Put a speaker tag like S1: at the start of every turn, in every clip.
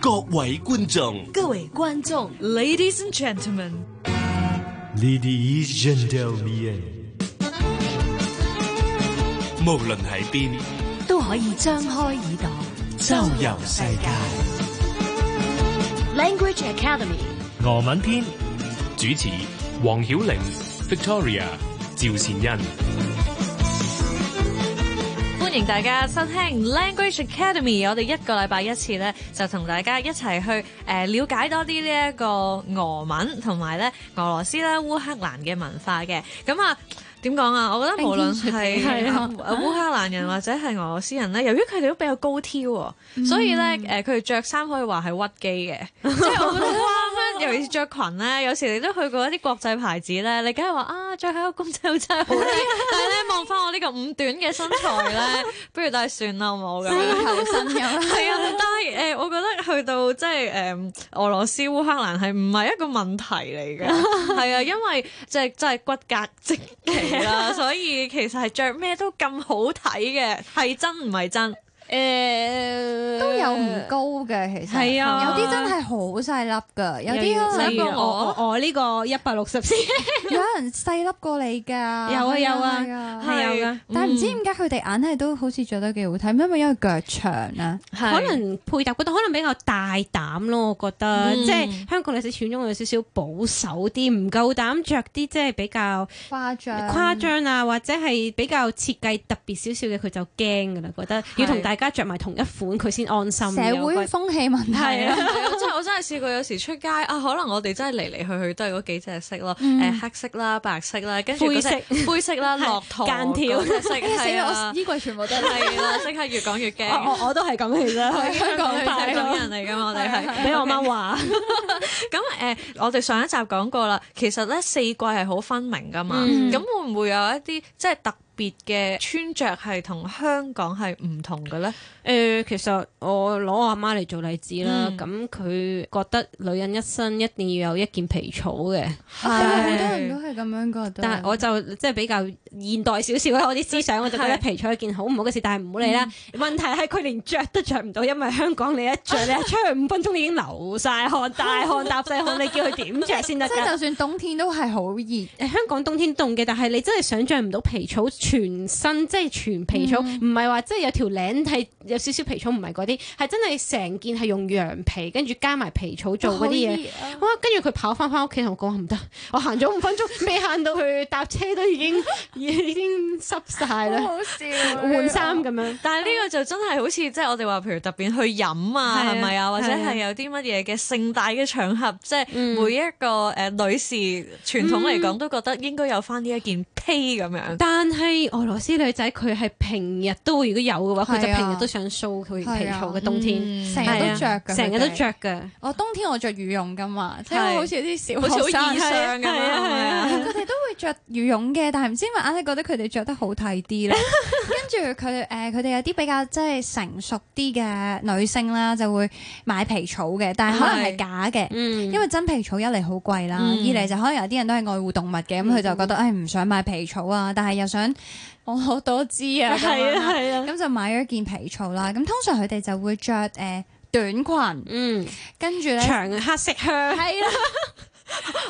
S1: 各位觀眾，
S2: 各位觀眾，Ladies and Gentlemen，
S3: Ladies gentlemen，
S1: 無論喺邊，
S2: 都可以張開耳朵。
S1: 周遊世界。
S2: Language Academy，
S3: 俄文篇
S4: 主持黃曉玲、Victoria、趙善恩。
S2: 歡迎大家收聽 Language Academy。我哋一個禮拜一次咧，就同大家一齊去誒、呃、了解多啲呢一個俄文同埋咧俄羅斯啦、烏克蘭嘅文化嘅。咁啊點講啊？我覺得無論係
S5: 係啊
S2: 烏克蘭人或者係俄羅斯人咧，由於佢哋都比較高挑喎，所以咧
S5: 嗯
S2: 誒佢哋着衫可以話係屈機嘅。即係我覺得哇，咩尤其是着裙咧，有時你都去過一啲國際牌子咧，你梗係話啊，着喺個公仔好真係好啊睇。但係咧望翻我呢個五短嘅身材 咧，不如都係算啦，好冇咁樣。
S5: 求生咁。
S2: 係啊，但係誒、呃我覺得去到即係誒俄羅斯烏克蘭係唔係一個問題嚟 嘅？係啊，因為即係真係骨骼精奇 啦，所以其實係着咩都咁好睇嘅，係真唔係真？
S6: 誒
S5: 都有唔高嘅，其實
S2: 係啊
S5: 有啲真係好細粒噶，有啲可能
S2: 例如
S6: 我我我哦呢個一百六十 C
S5: 有人細粒過你㗎，有
S6: 有啊有啊
S5: 啊，
S6: 係嗯有
S2: 係
S6: 噶，
S5: 但係唔知
S2: 嗯
S5: 點解佢哋硬係都好似着得幾好睇，唔知係咪因為腳長啊？
S2: 可
S6: 可能配搭覺得可能比較大膽咯，我覺得、
S2: 嗯
S6: 即係香港歷史始終有少少保守啲，唔夠膽着啲即係比較
S5: 誇張
S6: 誇張啊，或者係比較設計特別少少嘅，佢就驚噶啦，覺得要同大家着埋同一款佢先安心。
S5: 社會
S6: 有個
S5: 風氣問題
S2: 係啊
S5: 啊，，
S2: 即係我真係試過有時出街啊，可能我哋真係嚟嚟去去都係嗰幾隻色咯，
S5: 嗯
S2: 誒黑色啦、白色啦，跟住嗰隻
S6: 灰
S2: 灰色啦、
S6: 係
S2: 駱駝
S6: 間條
S2: 嗰隻色，係
S5: 死
S2: 啊
S5: 我，衣櫃全部都係
S2: 係啦，即刻越講越驚。
S6: 我我我都 係咁其實，
S5: 香港
S2: 係
S5: 嘅
S2: 呢種人嚟㗎嘛，我哋係
S6: 俾我媽話。
S2: 咁誒，我哋上一集講過啦，其實咧四季係好分明㗎嘛，
S6: 嗯
S2: 咁會唔會有一啲即係特別嘅穿着係同香港係唔同嘅咧？
S6: 誒、其實我攞我阿媽嚟做例子啦，
S2: 嗯
S6: 咁佢、覺得女人一生一定要有一件皮草嘅，
S5: 係啊好多人都係咁樣覺得。
S6: 但係我就即係比較現代少少啦，我啲思想我就覺得皮草係一件好唔好嘅事，但係唔好理啦。問題係佢連着都着唔到，因為香港你一着你一出去五分鐘你已經流晒汗、大汗搭細汗，你叫佢點着先得
S5: 即係
S6: 㗎？
S5: 就算冬天都係好熱，
S6: 誒香港冬天凍嘅，但係你真係想像唔到皮草全身即係全皮草，唔係話即係有條領係有少少皮草，唔係嗰啲，係真係成件係用羊皮跟住加埋皮草做嗰啲嘢。哇！啊跟住佢跑翻翻屋企同我講話唔得，我行咗五分鐘，未行到去搭車都已經 已經濕晒啦，
S5: 好笑啊
S6: 換衫咁樣。
S2: 但係呢個就真係好似即係我哋話，譬如特別去飲啊，
S6: 係啊
S2: 係咪啊？或者
S6: 係啊
S2: 係有啲乜嘢嘅盛大嘅場合，即係
S6: 嗯
S2: 每一個誒女士傳統嚟講，都覺得應該有翻呢一件披咁樣。
S6: 但係俄羅斯女仔佢係平日都會如果有嘅
S5: 係
S6: 話，佢
S5: 啊
S6: 就平日都想 show 佢皮草嘅冬天，
S2: 嗯
S5: 成日
S6: 係
S5: 都
S6: 啊
S5: 着㗎，
S6: 成日
S5: 佢
S6: 都
S5: 哋
S6: 着㗎。
S5: 我哦冬天我着羽絨噶嘛，即係
S2: 係
S5: 我好似啲小
S2: 好似好
S5: 學生
S2: 異常咁樣，係
S6: 係啊係
S2: 咪
S6: 啊
S2: 啊？
S5: 佢哋都會着羽絨嘅，但係唔知點解硬係覺得佢哋着得好睇啲 啦。跟住佢誒，佢哋有啲比較即係成熟啲嘅女性啦，就會買皮草嘅，但係可能係
S2: 係
S5: 假嘅。
S6: 嗯，
S5: 因為真皮草一嚟好貴啦，
S2: 嗯
S5: 二嚟就可能有啲人都係愛護動物嘅，咁佢就覺得誒哎唔想買皮草啊，但係又想嗯 我好多支啊，咁樣啦
S6: 係啊，
S5: 咁就買咗件皮草啦。咁通常佢哋就會着誒短裙，
S6: 嗯，
S5: 跟住咧
S6: 長黑色香。
S5: 啊係啊啦，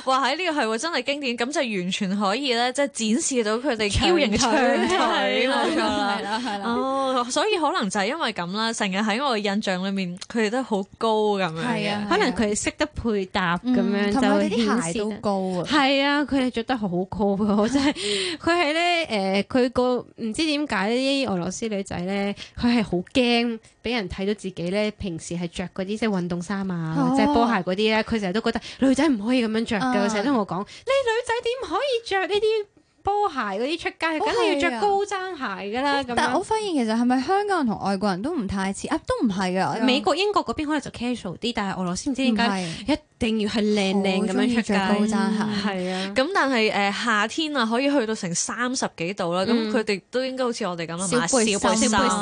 S2: 哇！喺呢個係喎，真係經典，咁就完全可以咧，即係展示到佢哋嬌型嘅長腿，
S6: 係啦
S2: 冇錯
S5: 係
S2: 啦。
S5: 啦，係啦。
S2: 哦，所以可能就係因為咁啦，成日喺我嘅印象裏面，佢哋都好高咁樣
S5: 係啊
S2: 嘅。
S6: 可能佢識得配搭咁樣
S5: 嗯同埋佢哋
S6: 就
S5: 啲
S6: 顯
S5: 鞋
S6: 示
S5: 都
S6: 得
S5: 高啊，
S6: 係啊，佢哋着得好高㗎， 我真係佢係咧誒，佢、個唔知點解呢啲俄羅斯女仔咧，佢係好驚俾人睇到自己咧，平時係着嗰啲即係運動衫啊，
S5: 哦
S6: 或者係波鞋嗰啲咧，佢成日都覺得女仔唔可以咁樣着㗎，
S5: 啊
S6: 佢成日都同我講，你女仔點可以着呢啲波鞋嗰啲出街，梗係要
S5: 係
S6: 着
S5: 啊
S6: 高踭鞋㗎啦咁
S5: 但我
S6: 樣。
S5: 發現其實係咪香港人同外國人都唔太似啊？都唔係啊，
S6: 美國、英國嗰邊可能就 casual 啲，但係俄羅哦斯唔知
S5: 唔
S6: 點解
S5: 係
S6: 一定要係靚靚咁樣出街。
S5: 好中意着高踭鞋
S6: 係啊，
S2: 咁但係誒、呃夏天啊，可以去到成三十幾度啦，咁
S6: 嗯
S2: 佢哋都應該好似我哋咁啦，
S5: 小
S2: 買
S5: 背
S2: 小背
S5: 心啊
S2: 心、
S6: 小背心、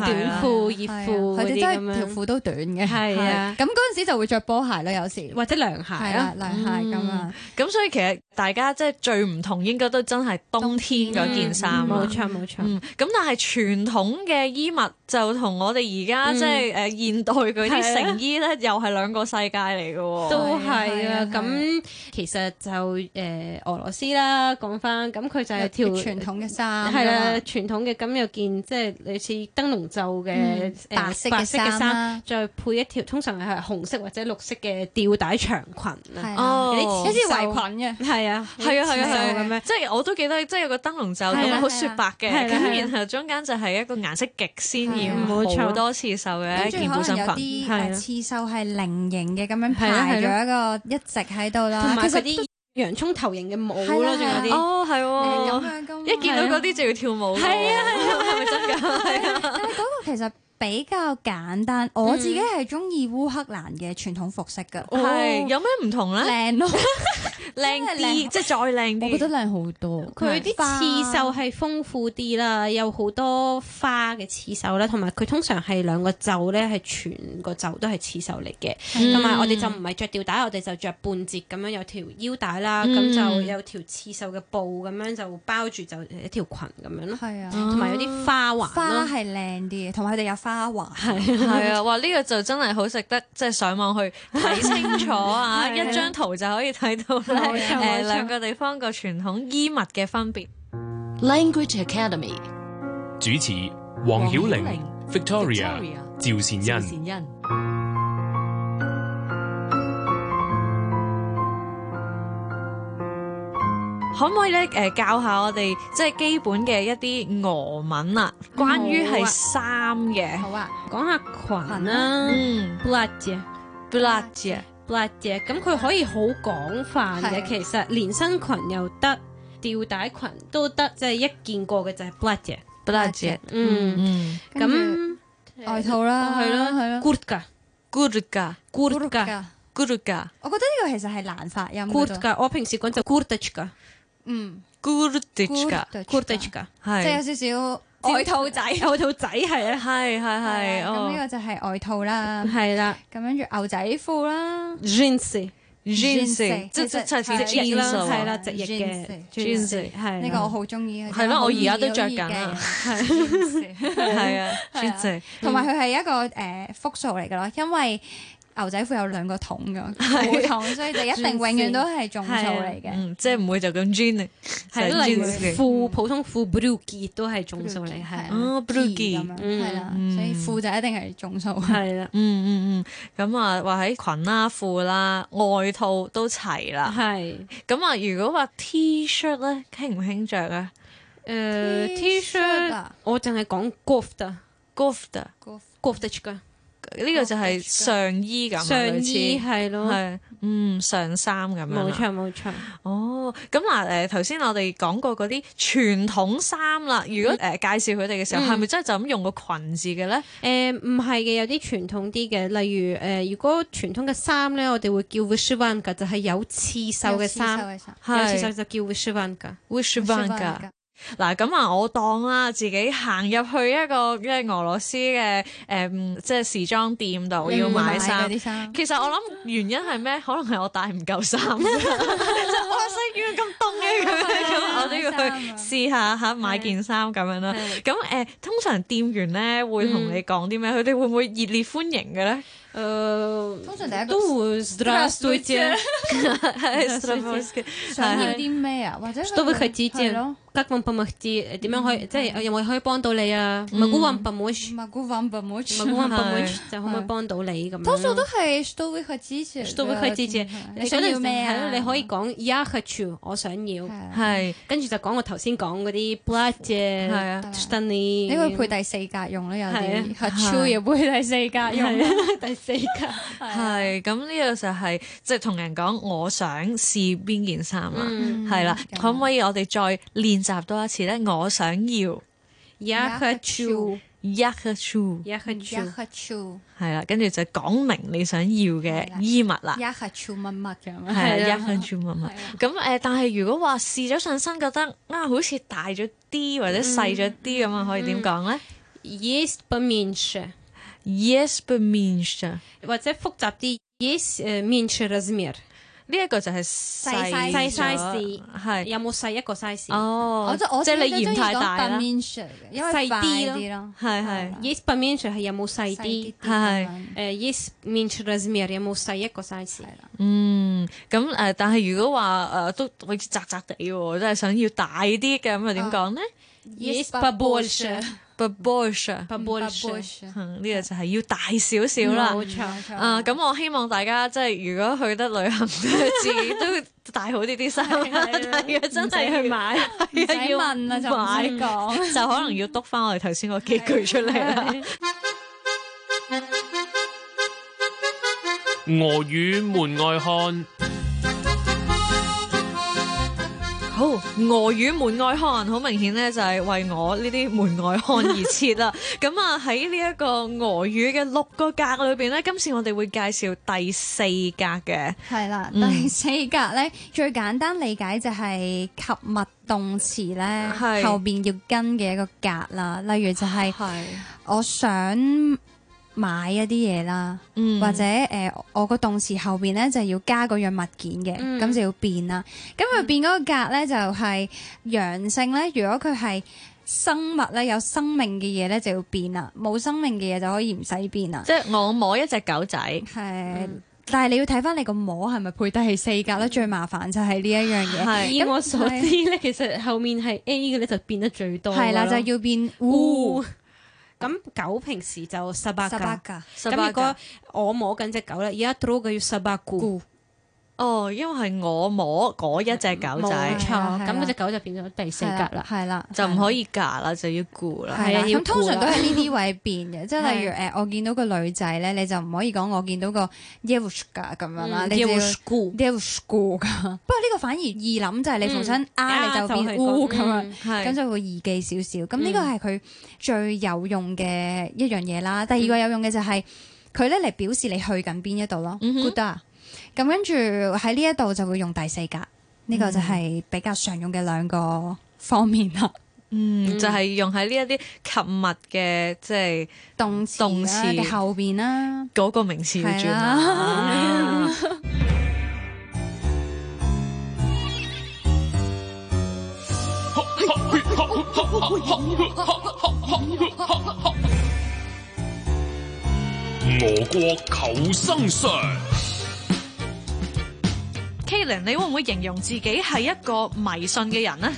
S2: 係
S6: 短
S2: 啊
S6: 褲、
S5: 係
S6: 熱
S5: 啊
S6: 褲
S5: 佢
S6: 嗰
S5: 哋
S6: 啲咁
S5: 真係條
S6: 樣，
S5: 褲都短嘅，
S6: 係啊
S5: 咁嗰陣時就會着波鞋啦，有時
S6: 或者涼鞋
S5: 係
S6: 啊
S5: 啦，。涼鞋咁啊，
S2: 咁所以其實大家即係最唔同，應該都真係冬天嗰件衫啊
S5: 嗯
S2: 啦
S6: 冇。錯冇錯，
S2: 嗯，咁但係傳統嘅衣物，就同我哋而家
S6: 嗯
S2: 即係誒現代嗰
S6: 係
S2: 啲
S6: 啊
S2: 成衣咧，又係兩個世界嚟嘅喎。
S6: 都係啊，
S5: 係啊
S6: 咁其實就誒、呃俄羅斯啦，講翻咁佢就係條
S5: 有傳統嘅衫，啊
S6: 係啦，，傳統嘅咁有件即係類似燈籠袖嘅
S5: 嗯
S6: 誒
S5: 白色
S6: 白
S5: 嘅
S6: 色嘅
S5: 衫
S6: 衫，
S5: 啦，
S6: 再配一條通常係紅色或者綠色嘅吊帶長裙啊，
S5: 係啊，
S2: 哦，
S6: 有
S5: 一
S6: 啲
S5: 支圍裙嘅。
S6: 係啊，
S2: 係啊係啊係
S5: 啊
S6: 咁樣。
S2: 即係我都記得，即係有個燈籠袖
S6: 係
S2: 咁
S6: 啦
S2: 樣好雪白嘅，
S6: 係啦係啦
S2: 咁然後中間就係一個顏色極鮮
S5: 係
S2: 豔，
S5: 啊
S6: 冇錯
S2: 好多刺繡嘅一
S5: 跟住
S2: 件
S5: 可
S2: 保身
S5: 能有
S2: 裙，
S5: 啲
S6: 係啊
S5: 誒刺繡係菱形嘅咁樣
S6: 係啊
S5: 排咗一個一直喺度啦，
S6: 同埋
S5: 其
S6: 佢
S5: 實
S6: 啲洋葱頭型嘅帽
S5: 係啦
S6: 咯，仲有
S5: 係
S6: 啲
S5: 啊
S2: 哦係
S5: 誒啊咁
S2: 喎，
S5: 樣咁，
S2: 一見到嗰啲就要跳舞，係啊係咪真㗎？係啊，
S5: 但係嗰個其實比較簡單，我自己係中意烏克蘭嘅傳統服飾㗎，
S2: 哦係有咩唔同咧？
S5: 靚咯，
S2: 靚啲，即係
S5: 真係哦靚
S2: 再靚
S5: 我覺得
S2: 啲。
S5: 靚好多。
S6: 佢啲
S5: 花
S6: 刺繡係豐富啲啦，有好多花嘅刺繡啦，同埋佢通常係兩個袖咧，係全個袖都係刺繡嚟嘅，
S2: 嗯
S6: 同
S5: 啊
S6: 埋、我哋就唔係着吊帶，我哋就着半截咁樣有條腰帶啦，咁、
S2: 嗯
S6: 就有條刺繡嘅布咁樣就包住就一條裙咁樣咯，
S5: 係啊，
S6: 同埋有啲嗯花環
S5: 花
S6: 啦。
S5: 係靚啲嘅，同埋佢哋有花環，
S2: 係啊，哇！呢個就真係好值得，即係上網去睇清楚啊！
S6: 係啊
S2: 一張圖就可以睇到咧，
S6: 冇錯冇
S2: 誒
S6: 錯
S2: 兩個地方個傳統衣物嘅分別。
S7: Language Academy
S4: 主持黃曉玲、Victoria、趙善恩。
S7: 欣。
S2: 可唔可以咧？誒、教下我哋即係基本嘅一啲俄文啊，關於係衫嘅。
S5: 好啊，
S6: 講下裙
S5: 裙
S6: 啦啊
S2: 嗯
S6: b l o o d 嘅。
S2: b l a d 啊，
S6: black 嘅，咁佢可以好廣泛嘅，
S5: 係
S6: 其實連身裙又得，吊帶裙都得，即係一件過嘅就係啊 black 嘅，
S2: b l a d
S6: 嗯，
S2: 嗯
S5: 跟住
S6: 咁
S5: 外套啦，
S6: 係咯
S5: 係咯
S6: good 噶
S2: ，good 噶
S6: ，good 噶
S5: 㗎
S2: ，good 噶
S5: 我覺得呢個其實係難發音嗰
S6: ，good
S5: 度，
S6: 噶，我平時講就 good 噶
S5: 嗯
S2: ，good 噶，
S6: ，good
S5: 即
S6: 噶，
S2: 係
S5: 係有少少外套仔，
S6: 有套仔係啊，
S2: 係係係
S5: 咁呢
S2: 哦
S5: 個就係外套啦，
S6: 係啦
S5: 咁跟住牛仔褲啦。
S6: ，jeans
S2: ，jeans 即即
S5: 其實
S2: 係似
S5: 係
S6: 直翼
S2: jeans
S6: 啦，
S5: jeans
S6: 係
S2: 喎
S6: 啦，直翼嘅
S5: jeans，
S6: 係
S5: 呢個我好中意啊！
S2: 係咯我而家都着緊啊
S5: 啊，
S2: 係啊，jeans
S5: 同埋佢係一個誒複數嚟噶咯，因為牛仔褲有兩個筒噶，冇筒，所以就一定永遠都係眾數嚟嘅。
S6: 啊
S2: 嗯，即係唔會就咁 jeans，係
S6: 係都例如
S2: jeans 嘅。
S6: 褲普通褲 blue 結都係眾數嚟， 係啊
S2: 哦
S5: T 咁樣係啦，所以褲就一定係眾數。
S6: 係啦，
S2: 嗯嗯嗯，咁啊話喺裙啦、褲啦、外套都齊啦。
S6: 係。
S2: 咁啊，如果話 T 恤咧，興唔興着啊
S6: 誒 T
S5: T-shirt
S6: shirt
S5: 啊
S6: 我淨係講 golf 啊
S2: ？Golf 呢
S6: golf 噶
S2: 個就係上衣咁啊，
S6: 上衣
S2: 類似
S6: 係咯，
S2: 係嗯上衫咁樣
S6: 冇
S2: 啦。
S6: 錯冇錯，
S2: 哦，咁嗱誒，頭先我哋講過嗰啲傳統衫啦，如果誒、介紹佢哋嘅時候，
S6: 嗯
S2: 係咪、真係就咁用個裙字嘅咧？
S6: 誒唔係嘅，有啲傳統啲嘅，例如誒如果傳統嘅衫咧，我哋會叫 wishvan 噶，就係有刺繡嘅
S5: 嘅
S6: 衫，
S5: 衫
S6: 有刺繡就叫 wishvan 噶，
S2: wish van 㗎。嗱咁啊，我當啦，自己行入去一個即係俄羅斯嘅誒、嗯即係時裝店度
S5: 你
S2: 要
S5: 會
S2: 嗯買
S5: 嗰
S2: 衫。
S5: 啲衫，
S2: 其實我諗原因係咩？可能係我帶唔夠 衫，即係我西院咁凍嘅咁樣，咁我都要去試下嚇買件衫咁樣啦。咁誒、通常店員咧會同你講啲咩？佢哋會唔會熱烈歡迎嘅咧？
S6: 誒
S5: 通常第一個
S6: 都會
S5: Э, ну, Здравствуйте 想要啲咩啊，或者
S6: 都會佢指
S5: 係
S6: 正
S5: 咯。
S6: 吉運不物字點樣可以，即係有冇可以幫到你啊？唔係孤運不物，唔係
S5: Могу вам помочь
S6: 孤運不物
S2: 係，
S6: 就可唔可以幫到你咁樣咯？
S5: 多數都係 что вы хотите，
S6: 都會佢支持。
S5: 你想要咩
S6: 係
S5: 啊？
S6: 咯你可以講 y a h a c h u 我想要，
S5: 係
S2: 係
S6: 跟住就講我頭先講嗰啲 blood
S2: 係
S6: 啫
S2: 啊，
S6: ，stunny
S5: 你 會配第四格用咯，有啲
S6: 係
S5: хочу 亦配第四格用啦。
S6: 第四格，
S2: 係咁呢個就係即係同人講我想試邊件衫啊啦，
S6: 嗯
S2: 係啦，
S5: 咁啊
S2: 可唔可以我哋再練習多一次咧？我想要
S6: y a h a c h u
S2: y a k a c h u
S6: y a h a c h u
S5: хочу
S2: 係啦，跟住就講明你想要
S5: 係
S2: 嘅
S5: 啦
S2: 衣物啦，
S5: 一 хочу 乜乜
S2: 係
S5: 咁樣。
S2: 啦
S6: 係
S2: y
S6: 啦
S2: a k a c h u 乜乜
S5: 係啊。
S2: 咁誒，但係如果話試咗上身，覺得啊好似大咗啲或者
S5: 嗯
S2: 細咗啲咁啊，可以點講咧
S6: Yes, but меньше，
S2: ？Yes, but means
S5: а э,
S6: 或者複雜啲，Yes, 誒 меньше размер，
S2: 呢一個就係細
S5: 細
S6: 細 size
S2: 咗係
S6: 有冇細一個 size？
S2: 哦，
S5: 我就我
S2: 即係
S5: 自
S2: 你
S5: 己
S2: 嫌
S5: 都中意
S2: 太
S5: 講
S2: 大啦，
S5: dimension 嘅因為
S6: 細
S5: 快
S6: 啲
S5: 啲咯，
S2: 係係
S6: 咦 b a m i n s 係有冇細
S5: 細
S6: 啲
S5: 啲？
S6: 呃
S2: 係係
S5: 啲
S6: 誒 yes m i n s r a s m i r 有冇細一個 size？
S5: 係啦
S2: 嗯，咁誒、呃但係如果話誒、呃都好似窄窄地喎，真係想要大啲嘅，咁啊點講咧
S5: Yes,
S6: but
S5: but
S6: больше
S2: b b o r s h
S6: but
S5: 咁樣
S6: больше
S2: 嗯呢個就係要大少少啦。
S6: 冇錯。
S2: 啊，咁我希望大家即係如果去得旅行， 自己都帶好呢啲衫啦。但係如果真係啊
S6: 唔使去買，
S5: 唔使問啦，就唔使講。
S2: 就可能要督翻我哋頭先嗰幾句出嚟啦。
S4: 俄語門外漢，
S2: 好，俄語門外漢好明顯咧，就係為我呢啲門外漢而設 啦。咁啊喺呢一個俄語嘅六個格裏邊咧，今次我哋會介紹第四格嘅。
S5: 係啦，
S2: 嗯
S5: 第四格咧最簡單理解就係及物動詞咧
S2: 係啊
S5: 後邊要跟嘅一個格啦，例如就係
S2: 係，
S5: 我想買一啲嘢啦，
S2: 嗯
S5: 或者誒、呃我個動詞後邊咧就要加嗰樣物件嘅，咁、
S6: 嗯
S5: 就要變啦。咁佢變嗰個格咧就係、陽性咧，如果佢係生物咧有生命嘅嘢咧就要變啦，冇生命嘅嘢就可以唔使變啦。
S2: 即係我摸一隻狗仔。
S5: 係，
S6: 嗯
S5: 但係你要睇翻你個摸係咪配得起四格咧？最麻煩就係呢一樣嘢。
S2: 係
S6: 以我所知咧，其實後面係 A 嘅咧就變得最多㗎咯。
S5: 係啦，就要變
S6: 烏
S5: 烏
S6: 咁狗平時就十八
S5: 十八
S6: 㗎。
S5: 格，
S6: 咁如果我摸緊只狗咧，而家 throw 嘅要十八股，
S2: 哦，因為係我嗯摸嗰一隻狗
S6: 冇
S2: 仔，
S5: 係
S6: 錯。
S5: 啦係啦啊
S6: 咁嗰只狗就變咗第四格啦。
S5: 係啦，
S2: 就唔可以嫁啦，就要顧啦。
S5: 係
S6: 係
S5: 啦，
S6: 啊要
S5: 咁通常
S6: 顧
S5: 都
S6: 啦
S5: 係呢啲位變嘅，即係例如
S6: 係
S5: 誒，我見到個女仔咧，你就唔可以講我見到個 y e v u s h a 咁樣啦，
S6: 嗯
S5: 你就
S6: девушку
S5: y e v u s h 不過呢個反而易諗，就係你重新
S6: 啊
S5: 啊，你就變烏咁
S6: 嗯
S5: 樣。
S2: 係嗯
S5: 咁就會易記少少。咁呢個係佢最有用嘅一樣嘢啦。第二個有用嘅就係佢咧嚟表示你去緊邊一度咯。
S2: 嗯哼
S5: good 啊！咁跟住喺呢一度就會用第四格，呢、個就係比較常用嘅兩個方面 啦。
S2: 嗯，就係用喺呢一啲及物嘅，即係
S5: 動詞
S2: 動
S5: 啦
S2: 詞
S5: 嘅後邊啦，
S2: 嗰個名詞要轉
S5: 係
S2: 啦。
S4: 俄國求生術，
S2: Kalen，你會唔會形容自己係一個迷信嘅人呢？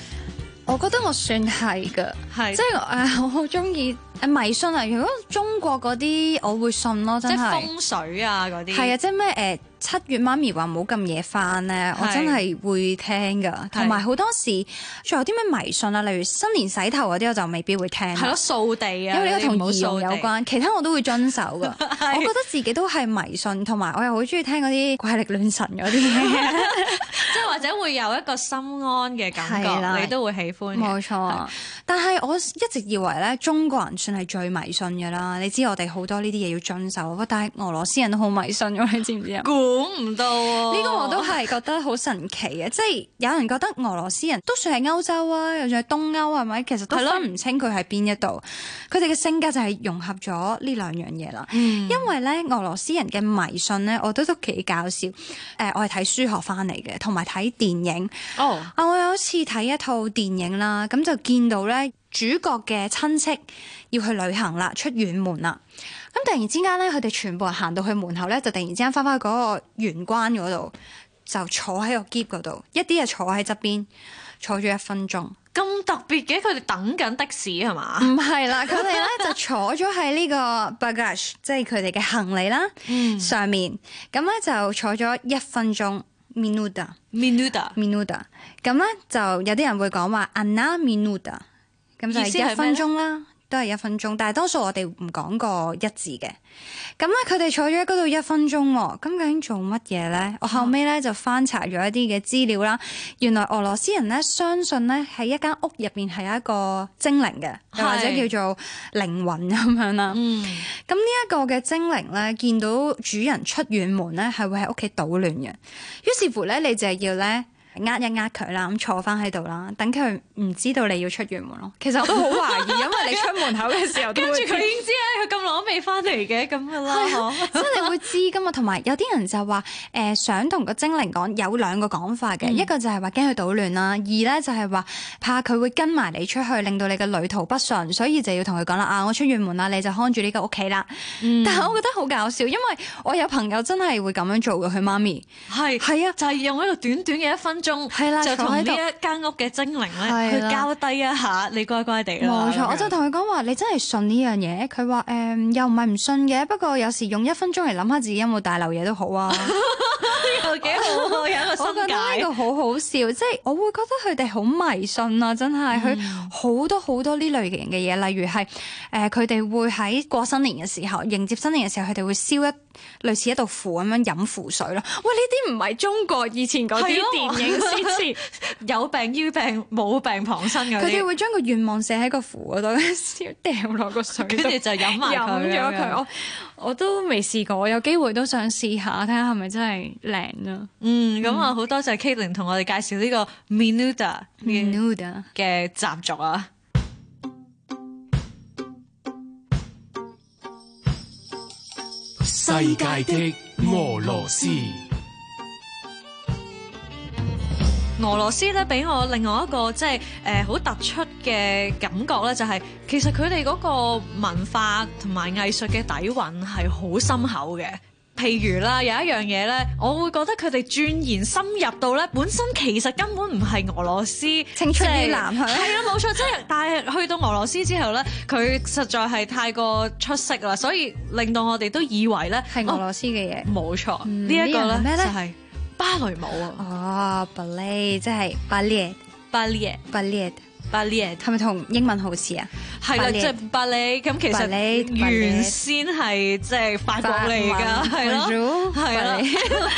S5: 我覺得我算係㗎。
S2: 係
S5: 即係誒，我好中意誒迷信啊！如果中國嗰啲，我會信咯，
S2: 即
S5: 真
S2: 係
S5: 係。
S2: 風水啊嗰啲。
S5: 係啊，即係咩誒七月媽咪話唔好咁夜翻咧，我
S2: 係
S5: 真係會聽噶。同埋好多時仲有啲咩迷信啊，例如新年洗頭嗰啲，我就未必會聽啦。
S2: 係咯，掃地啊，
S5: 因為呢個同
S2: 你唔好
S5: 儀容有
S2: 掃地。
S5: 關，其他我都會遵守噶。 我覺得自己都係迷信，同埋我又好中意聽嗰啲怪力亂神嗰啲。
S2: 即 係或者會有一個心安嘅感
S5: 係啦
S2: 覺，你都會喜歡嘅。
S5: 冇錯，但係我一直以為咧，中國人算係最迷信嘅啦。你知我哋好多呢啲嘢要遵守，哇但係俄羅斯人都好迷信㗎，你知唔知啊？
S2: 估唔到喎
S5: 呢個我都係覺得好神奇嘅，即係有人覺得俄羅斯人都算係歐洲啊，又算係東歐係咪？其實都分唔清佢喺邊一度。佢哋嘅性格就係融合咗呢兩樣嘢啦。因為咧，俄羅斯人嘅迷信咧，我覺得都幾搞笑。誒、我係睇書學翻嚟嘅，同埋睇電影。
S2: 哦，
S5: 啊！我有一次睇一套電影啦，咁就見到咧主角嘅親戚要去旅行啦，出遠門啦。咁突然之間咧，佢哋全部人行到去門口咧，就突然之間翻返去嗰個玄關嗰度，就坐喺個篋嗰度，一啲就坐喺側邊坐咗一分鐘。
S2: 咁特別嘅，佢哋等緊的士係嘛？
S5: 唔 係啦，佢哋咧就坐咗喺呢個 baggage，即係佢哋嘅行李啦、
S2: 嗯
S5: 上面。咁咧就坐咗一分鐘 minuta。
S2: Minuda
S5: minuta，咁咧就有啲人會講話 anna minuta，咁就
S2: 意思係咩
S5: 係
S2: 咧
S5: 一分鐘啦，都係一分鐘，但係多數我哋唔講個一字嘅。咁咧佢哋坐咗喺嗰度一分鐘喎，咁究竟做乜嘢咧？我後尾咧就翻查咗一啲嘅資料啦，原來俄羅斯人咧相信咧喺一間屋入邊係有一個精靈嘅，又或
S2: 係
S5: 者叫做靈魂咁樣啦。
S2: 嗯，
S5: 咁呢一個嘅精靈咧，見到主人出遠門咧，係會喺屋企搗亂嘅。於是乎咧，你就係要咧呃一呃佢啦，咁坐翻喺度啦，等佢唔知道你要出遠門咯。其實我都好懷疑，因為你出門口嘅時候 都
S2: 跟住佢
S5: 會
S2: 已經知啦，佢咁攞命未翻嚟嘅咁噶啦，
S5: 係
S2: 嗬
S5: 即係你會知噶嘛，同埋有啲人就話誒、呃想同個精靈講有兩個講法嘅，一個就係話驚佢搗亂啦，二咧就係話怕佢會跟埋你出去，令到你嘅旅途不順，所以就要同佢講啦啊，我出遠門啦，你就看住呢個屋企啦。但係我覺得好搞笑，因為我有朋友真係會咁樣做嘅，佢媽咪
S2: 係
S5: 係啊
S2: 就係用一個短短嘅一分鐘，
S5: 係啦
S2: 就同
S5: 坐
S2: 呢
S5: 喺
S2: 一
S5: 度
S2: 間屋嘅精靈咧，
S5: 係
S2: 去
S5: 啦
S2: 交低一下，你乖乖地啦。
S5: 冇錯，我
S2: 咁樣
S5: 就同佢講話，你真係信呢樣嘢？佢話誒又唔係唔信嘅，不過有時用一分鐘嚟諗下自己有冇大漏嘢都好啊。
S2: 又幾好喎，有一個
S5: 我覺
S2: 新
S5: 得呢
S2: 解。
S5: 個好好笑，即係我會覺得佢哋好迷信啊！真
S2: 嗯
S5: 係佢好多好多呢類型嘅嘢，例如係誒佢哋會喺過新年嘅時候，迎接新年嘅時候，佢哋會燒一類似一道符咁樣飲符水咯。喂，呢啲唔係中國以前嗰啲
S2: 係咯
S5: 電影先至，
S2: 有病於病，冇病旁身嗰
S5: 佢哋
S2: 啲，
S5: 會將個願望寫喺個符嗰度，燒掉落個水
S2: 跟
S5: 度
S2: 住。就飲埋佢
S5: 飲
S2: 哦
S5: 咗
S2: 咁
S5: 佢，
S2: 樣。
S5: 我我都未試過，有機會都想試下，睇下係咪真係靚啦。
S2: 嗯，咁啊，好多謝 Caitlin 同我哋介紹呢個 Minuda 嘅
S5: Nude 啊
S2: 嘅習俗啊。
S4: 世界的俄羅斯，
S2: 俄羅斯咧，俾我另外一個即係誒好突出嘅感覺咧，就係、其實佢哋嗰個文化同埋藝術嘅底蘊係好深厚嘅。譬如啦，有一樣嘢咧，我會覺得佢哋鑽研深入到咧，本身其實根本唔係俄羅斯
S5: 青出於藍係咪
S2: 係係啦，冇錯，即係但係去到俄羅斯之後咧，佢實在係太過出色啦，所以令到我哋都以為咧
S5: 係俄羅斯嘅嘢。
S2: 冇錯，
S5: 嗯
S2: 呢一個
S5: 呢樣係
S2: 咧
S5: 咩
S2: 就
S5: 咧
S2: 係芭蕾舞啊
S5: 哦，ballet 即係 ballet，ballet
S2: ，ballet ballet。
S5: 係咪同英文好似啊？
S2: 係啦，
S5: Ballet
S2: 即係芭蕾咁，其
S5: Ballet，
S2: 實
S5: Ballet
S2: 原先係即係法國嚟㗎，係咯，
S5: 咯
S2: 係啊啦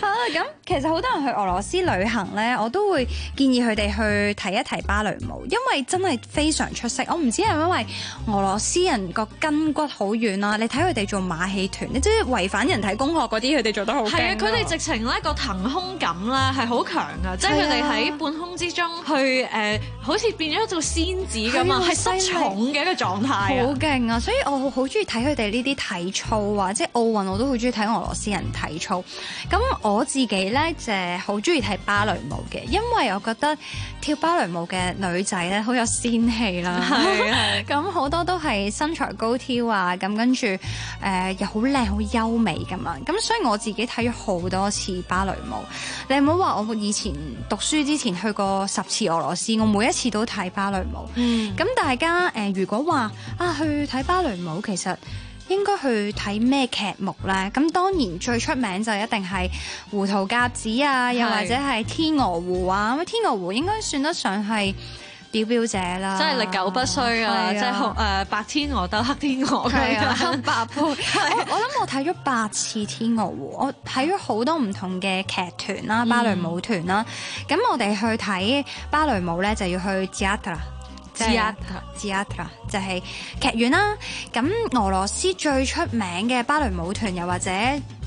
S5: 好啦，咁其實好多人去俄羅斯旅行咧，我都會建議佢哋去睇一睇芭蕾舞，因為真係非常出色。我唔知係因為俄羅斯人個筋骨好軟啦，你睇佢哋做馬戲團，你即係違反人體工學嗰啲，佢哋做得好勁
S2: 係啊，
S5: 喎
S2: 佢哋直情咧個騰空感咧係好強㗎，即係
S5: 係
S2: 佢
S5: 啊
S2: 哋喺半空之中去誒，好似變咗做仙子咁啊，
S5: 係啊
S2: 係失
S5: 犀利
S2: 重嘅一個狀態
S5: 好
S2: 啊。
S5: 勁啊！所以我好中意睇佢哋呢啲體操啊，即係奧運我都好中意睇俄羅斯人體操。咁我自己呢，就係好中意睇芭蕾舞嘅，因為我覺得跳芭蕾舞嘅女仔呢，好有仙氣啦。
S2: 係啊，
S5: 咁好多都係身材高挑啊，咁跟住誒、呃又好靚好優美咁樣，咁所以我自己睇咗好多次芭蕾舞。你唔好話我以前讀書之前去過十次俄羅斯，我每一次都睇芭蕾舞。
S2: 嗯，
S5: 咁大家誒、呃如果話啊去睇芭蕾舞，其實應該去睇咩劇目咧？咁當然最出名就一定係《胡桃夾子》啊，又
S2: 係
S5: 或者係《天鵝湖》啊。咁《天鵝湖》應該算得上係表表者啦，
S2: 真係歷久不衰啊！即係紅誒白天鵝鬥黑天鵝
S5: 係啊，黑
S2: 咁
S5: 白配。我我諗我睇咗八次《天鵝湖》，我睇咗好多唔同嘅劇團啦、芭蕾舞團啦。咁、我哋去睇芭蕾舞咧，就要去 theatre 即係
S2: 樣。
S5: Theatre 就係劇院啦。咁俄羅斯最出名嘅芭蕾舞團，又或者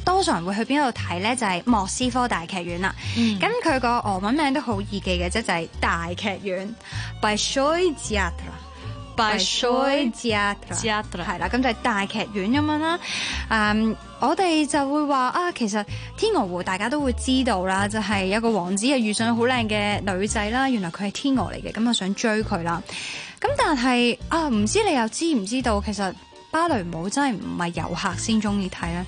S5: 多數人會去邊度睇呢？就係、莫斯科大劇院啦。咁佢個俄文名都好易記嘅啫，就係、大劇院 b y s h o y Theatre。
S2: Большой
S5: Theatre。
S2: Theatre
S5: 係啦，咁就係大劇院咁樣啦。誒、嗯我哋就會話啊，其實天鵝湖大家都會知道啦，就係、有個王子啊遇上好靚嘅女仔啦，原來佢係天鵝嚟嘅，咁啊想追佢啦。咁但係啊，唔知你又知唔知道，其實芭蕾舞真係唔係遊客先中意睇咧，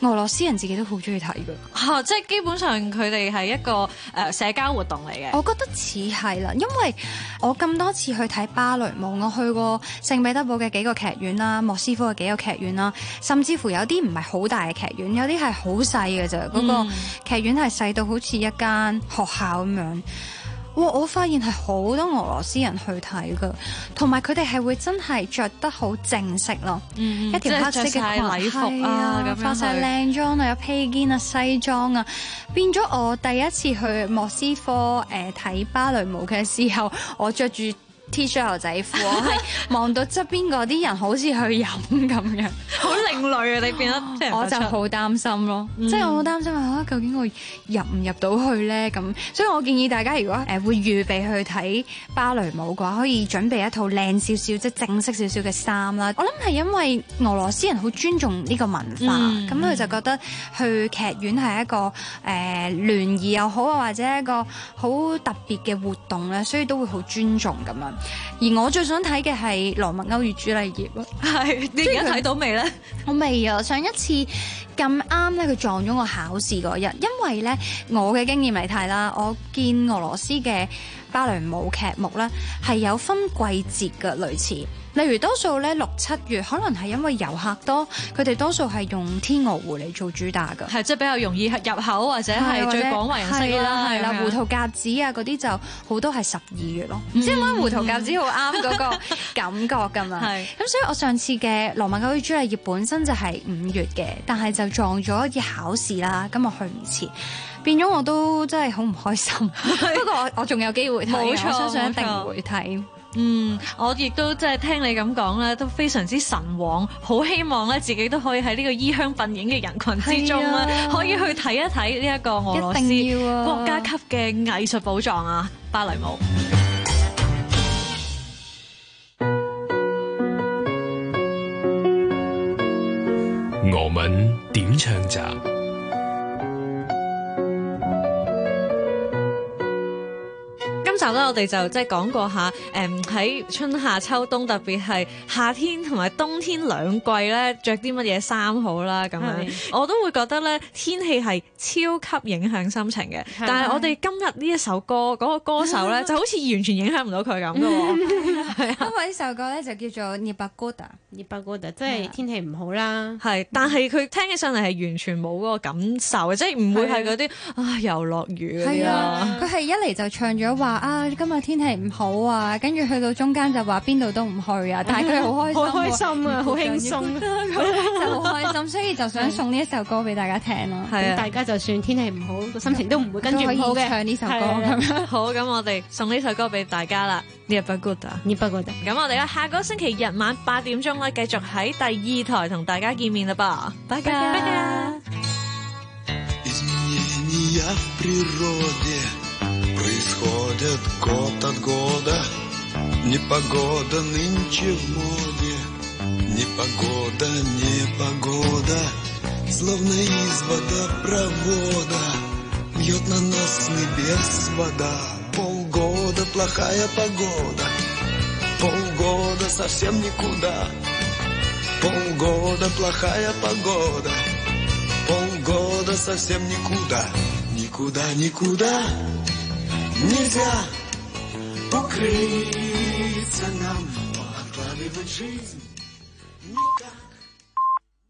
S5: 俄羅斯人自己都好中意睇噶。
S2: 嚇啊即係基本上佢哋係一個誒社交活動嚟嘅。
S5: 我覺得似係啦，因為我咁多次去睇芭蕾舞，我去過聖彼得堡嘅幾個劇院啦，莫斯科嘅幾個劇院啦，甚至乎有啲唔係好大嘅劇院，有啲係好細嘅咋。嗰、個
S2: 嗯
S5: 劇院係細到好似一間學校咁樣。哇！我發現係好多俄羅斯人去睇噶，同埋佢哋係會真係着得好正式咯，一條黑色
S2: 嗯即係着晒
S5: 嘅裙
S2: 禮服啊
S5: 係
S2: 咁樣
S5: 化晒
S2: 去
S5: 靚裝啊，有披肩啊、西裝啊，變咗呃我第一次去莫斯科誒睇、芭蕾舞嘅時候，我着住 T 恤牛仔褲，我係 望到側邊嗰啲人好似去飲咁樣。
S2: 好另類啊！你變得嗯即係
S5: 我就好擔心咯，即係我好擔心啊，究竟我入唔入到去咧？咁，所以我建議大家如果誒會預備去睇芭蕾舞嘅話，可以準備一套靚少少、即係正式少少嘅衫啦。我諗係因為俄羅斯人好尊重呢個文化，
S2: 嗯
S5: 咁佢就覺得去劇院係一個誒、呃、聯誼又好啊，或者一個好特別嘅活動咧，所以都會好尊重咁樣。而我最想睇嘅係羅密歐與朱麗葉咯。
S2: 係你而家睇到未咧？
S5: 我未啊！上一次咁啱咧，佢撞咗我考試嗰日，因為咧我嘅經驗嚟睇啦，我見俄羅斯嘅芭蕾舞劇目咧係有分季節嘅類似，例如多數咧六七月可能係因為遊客多，佢哋多數係用天鵝湖嚟做主打㗎。
S2: 係即係比較容易入口或者係最廣為人識啦，
S5: 係啦，
S2: 咁樣
S5: 胡桃夾子啊嗰啲就好多係十二月咯，
S2: 嗯
S5: 即係因為胡桃夾子好啱嗰 個感覺㗎嘛。
S2: 係
S5: 咁所以我上次嘅羅密歐與朱麗葉本身就係五月嘅，但係就撞咗要考試啦，咁啊我去唔切。變咗我都真係好唔開心， 不過我我仲有機會睇，啊
S2: 冇錯
S5: 我相信一
S2: 冇錯
S5: 定 會睇。
S2: 嗯，我亦都即係聽你咁講咧，都非常之神往，好希望咧自己都可以喺呢個衣香鬢影嘅人群之中咧，
S5: 係啊
S2: 可以去睇一睇呢一個俄羅斯
S5: 一定要啊
S2: 國家級嘅藝術寶藏啊，芭蕾舞。
S4: 俄文點唱集？
S2: 今集咧，我哋就即係講過下，誒嗯喺春夏秋冬，特別係夏天同埋冬天兩季咧，着啲乜嘢衫好啦咁樣
S6: 係。
S2: 我都會覺得咧，天氣係超級影響心情嘅。但係我哋今日呢一首歌嗰、 個歌手咧，就好似完全影響唔到佢咁嘅 喎。
S5: 因為呢首歌咧就叫做《涅巴哥達》。
S6: 熱八哥就即係天氣唔好啦。
S2: 係，但係佢聽起上嚟係完全冇嗰個感受嘅，即係唔會係嗰啲啊又落雨嗰啲
S5: 係
S2: 啦。
S5: 啊，佢係一嚟就唱咗話啊，今日天氣唔好啊，跟住去到中間就話邊度都唔去 啊，但係佢好開心喎，
S6: 好開心啊好輕鬆
S5: 就好開心，所以就想送呢一首歌俾大家聽咯。
S2: 係
S6: 咁
S2: 啊
S6: 大，家就算天氣唔好，個心情都唔會跟住
S5: 都可
S6: 唔好
S5: 以
S6: 嘅。
S5: 唱呢首歌
S6: 係
S5: 咁
S6: 啊
S5: 樣。
S2: 好咁，我哋送呢首歌俾大家啦。呢日不 good 啊！
S6: 熱八哥就
S2: 咁我哋咧下個星期日晚八點鐘咧，繼續喺第二台同大家見面啦噃，拜拜。
S8: Изменения в природе происходят год от года. Непогода нынче в моде, непогода, непогода. Словно из водопровода льет на нас с небес вода. Полгода плохая погода, полгода совсем никуда. Полгода плохая погода. Полгода совсем никуда, никуда, никуда нельзя укрыться нам, откладывать жизнь.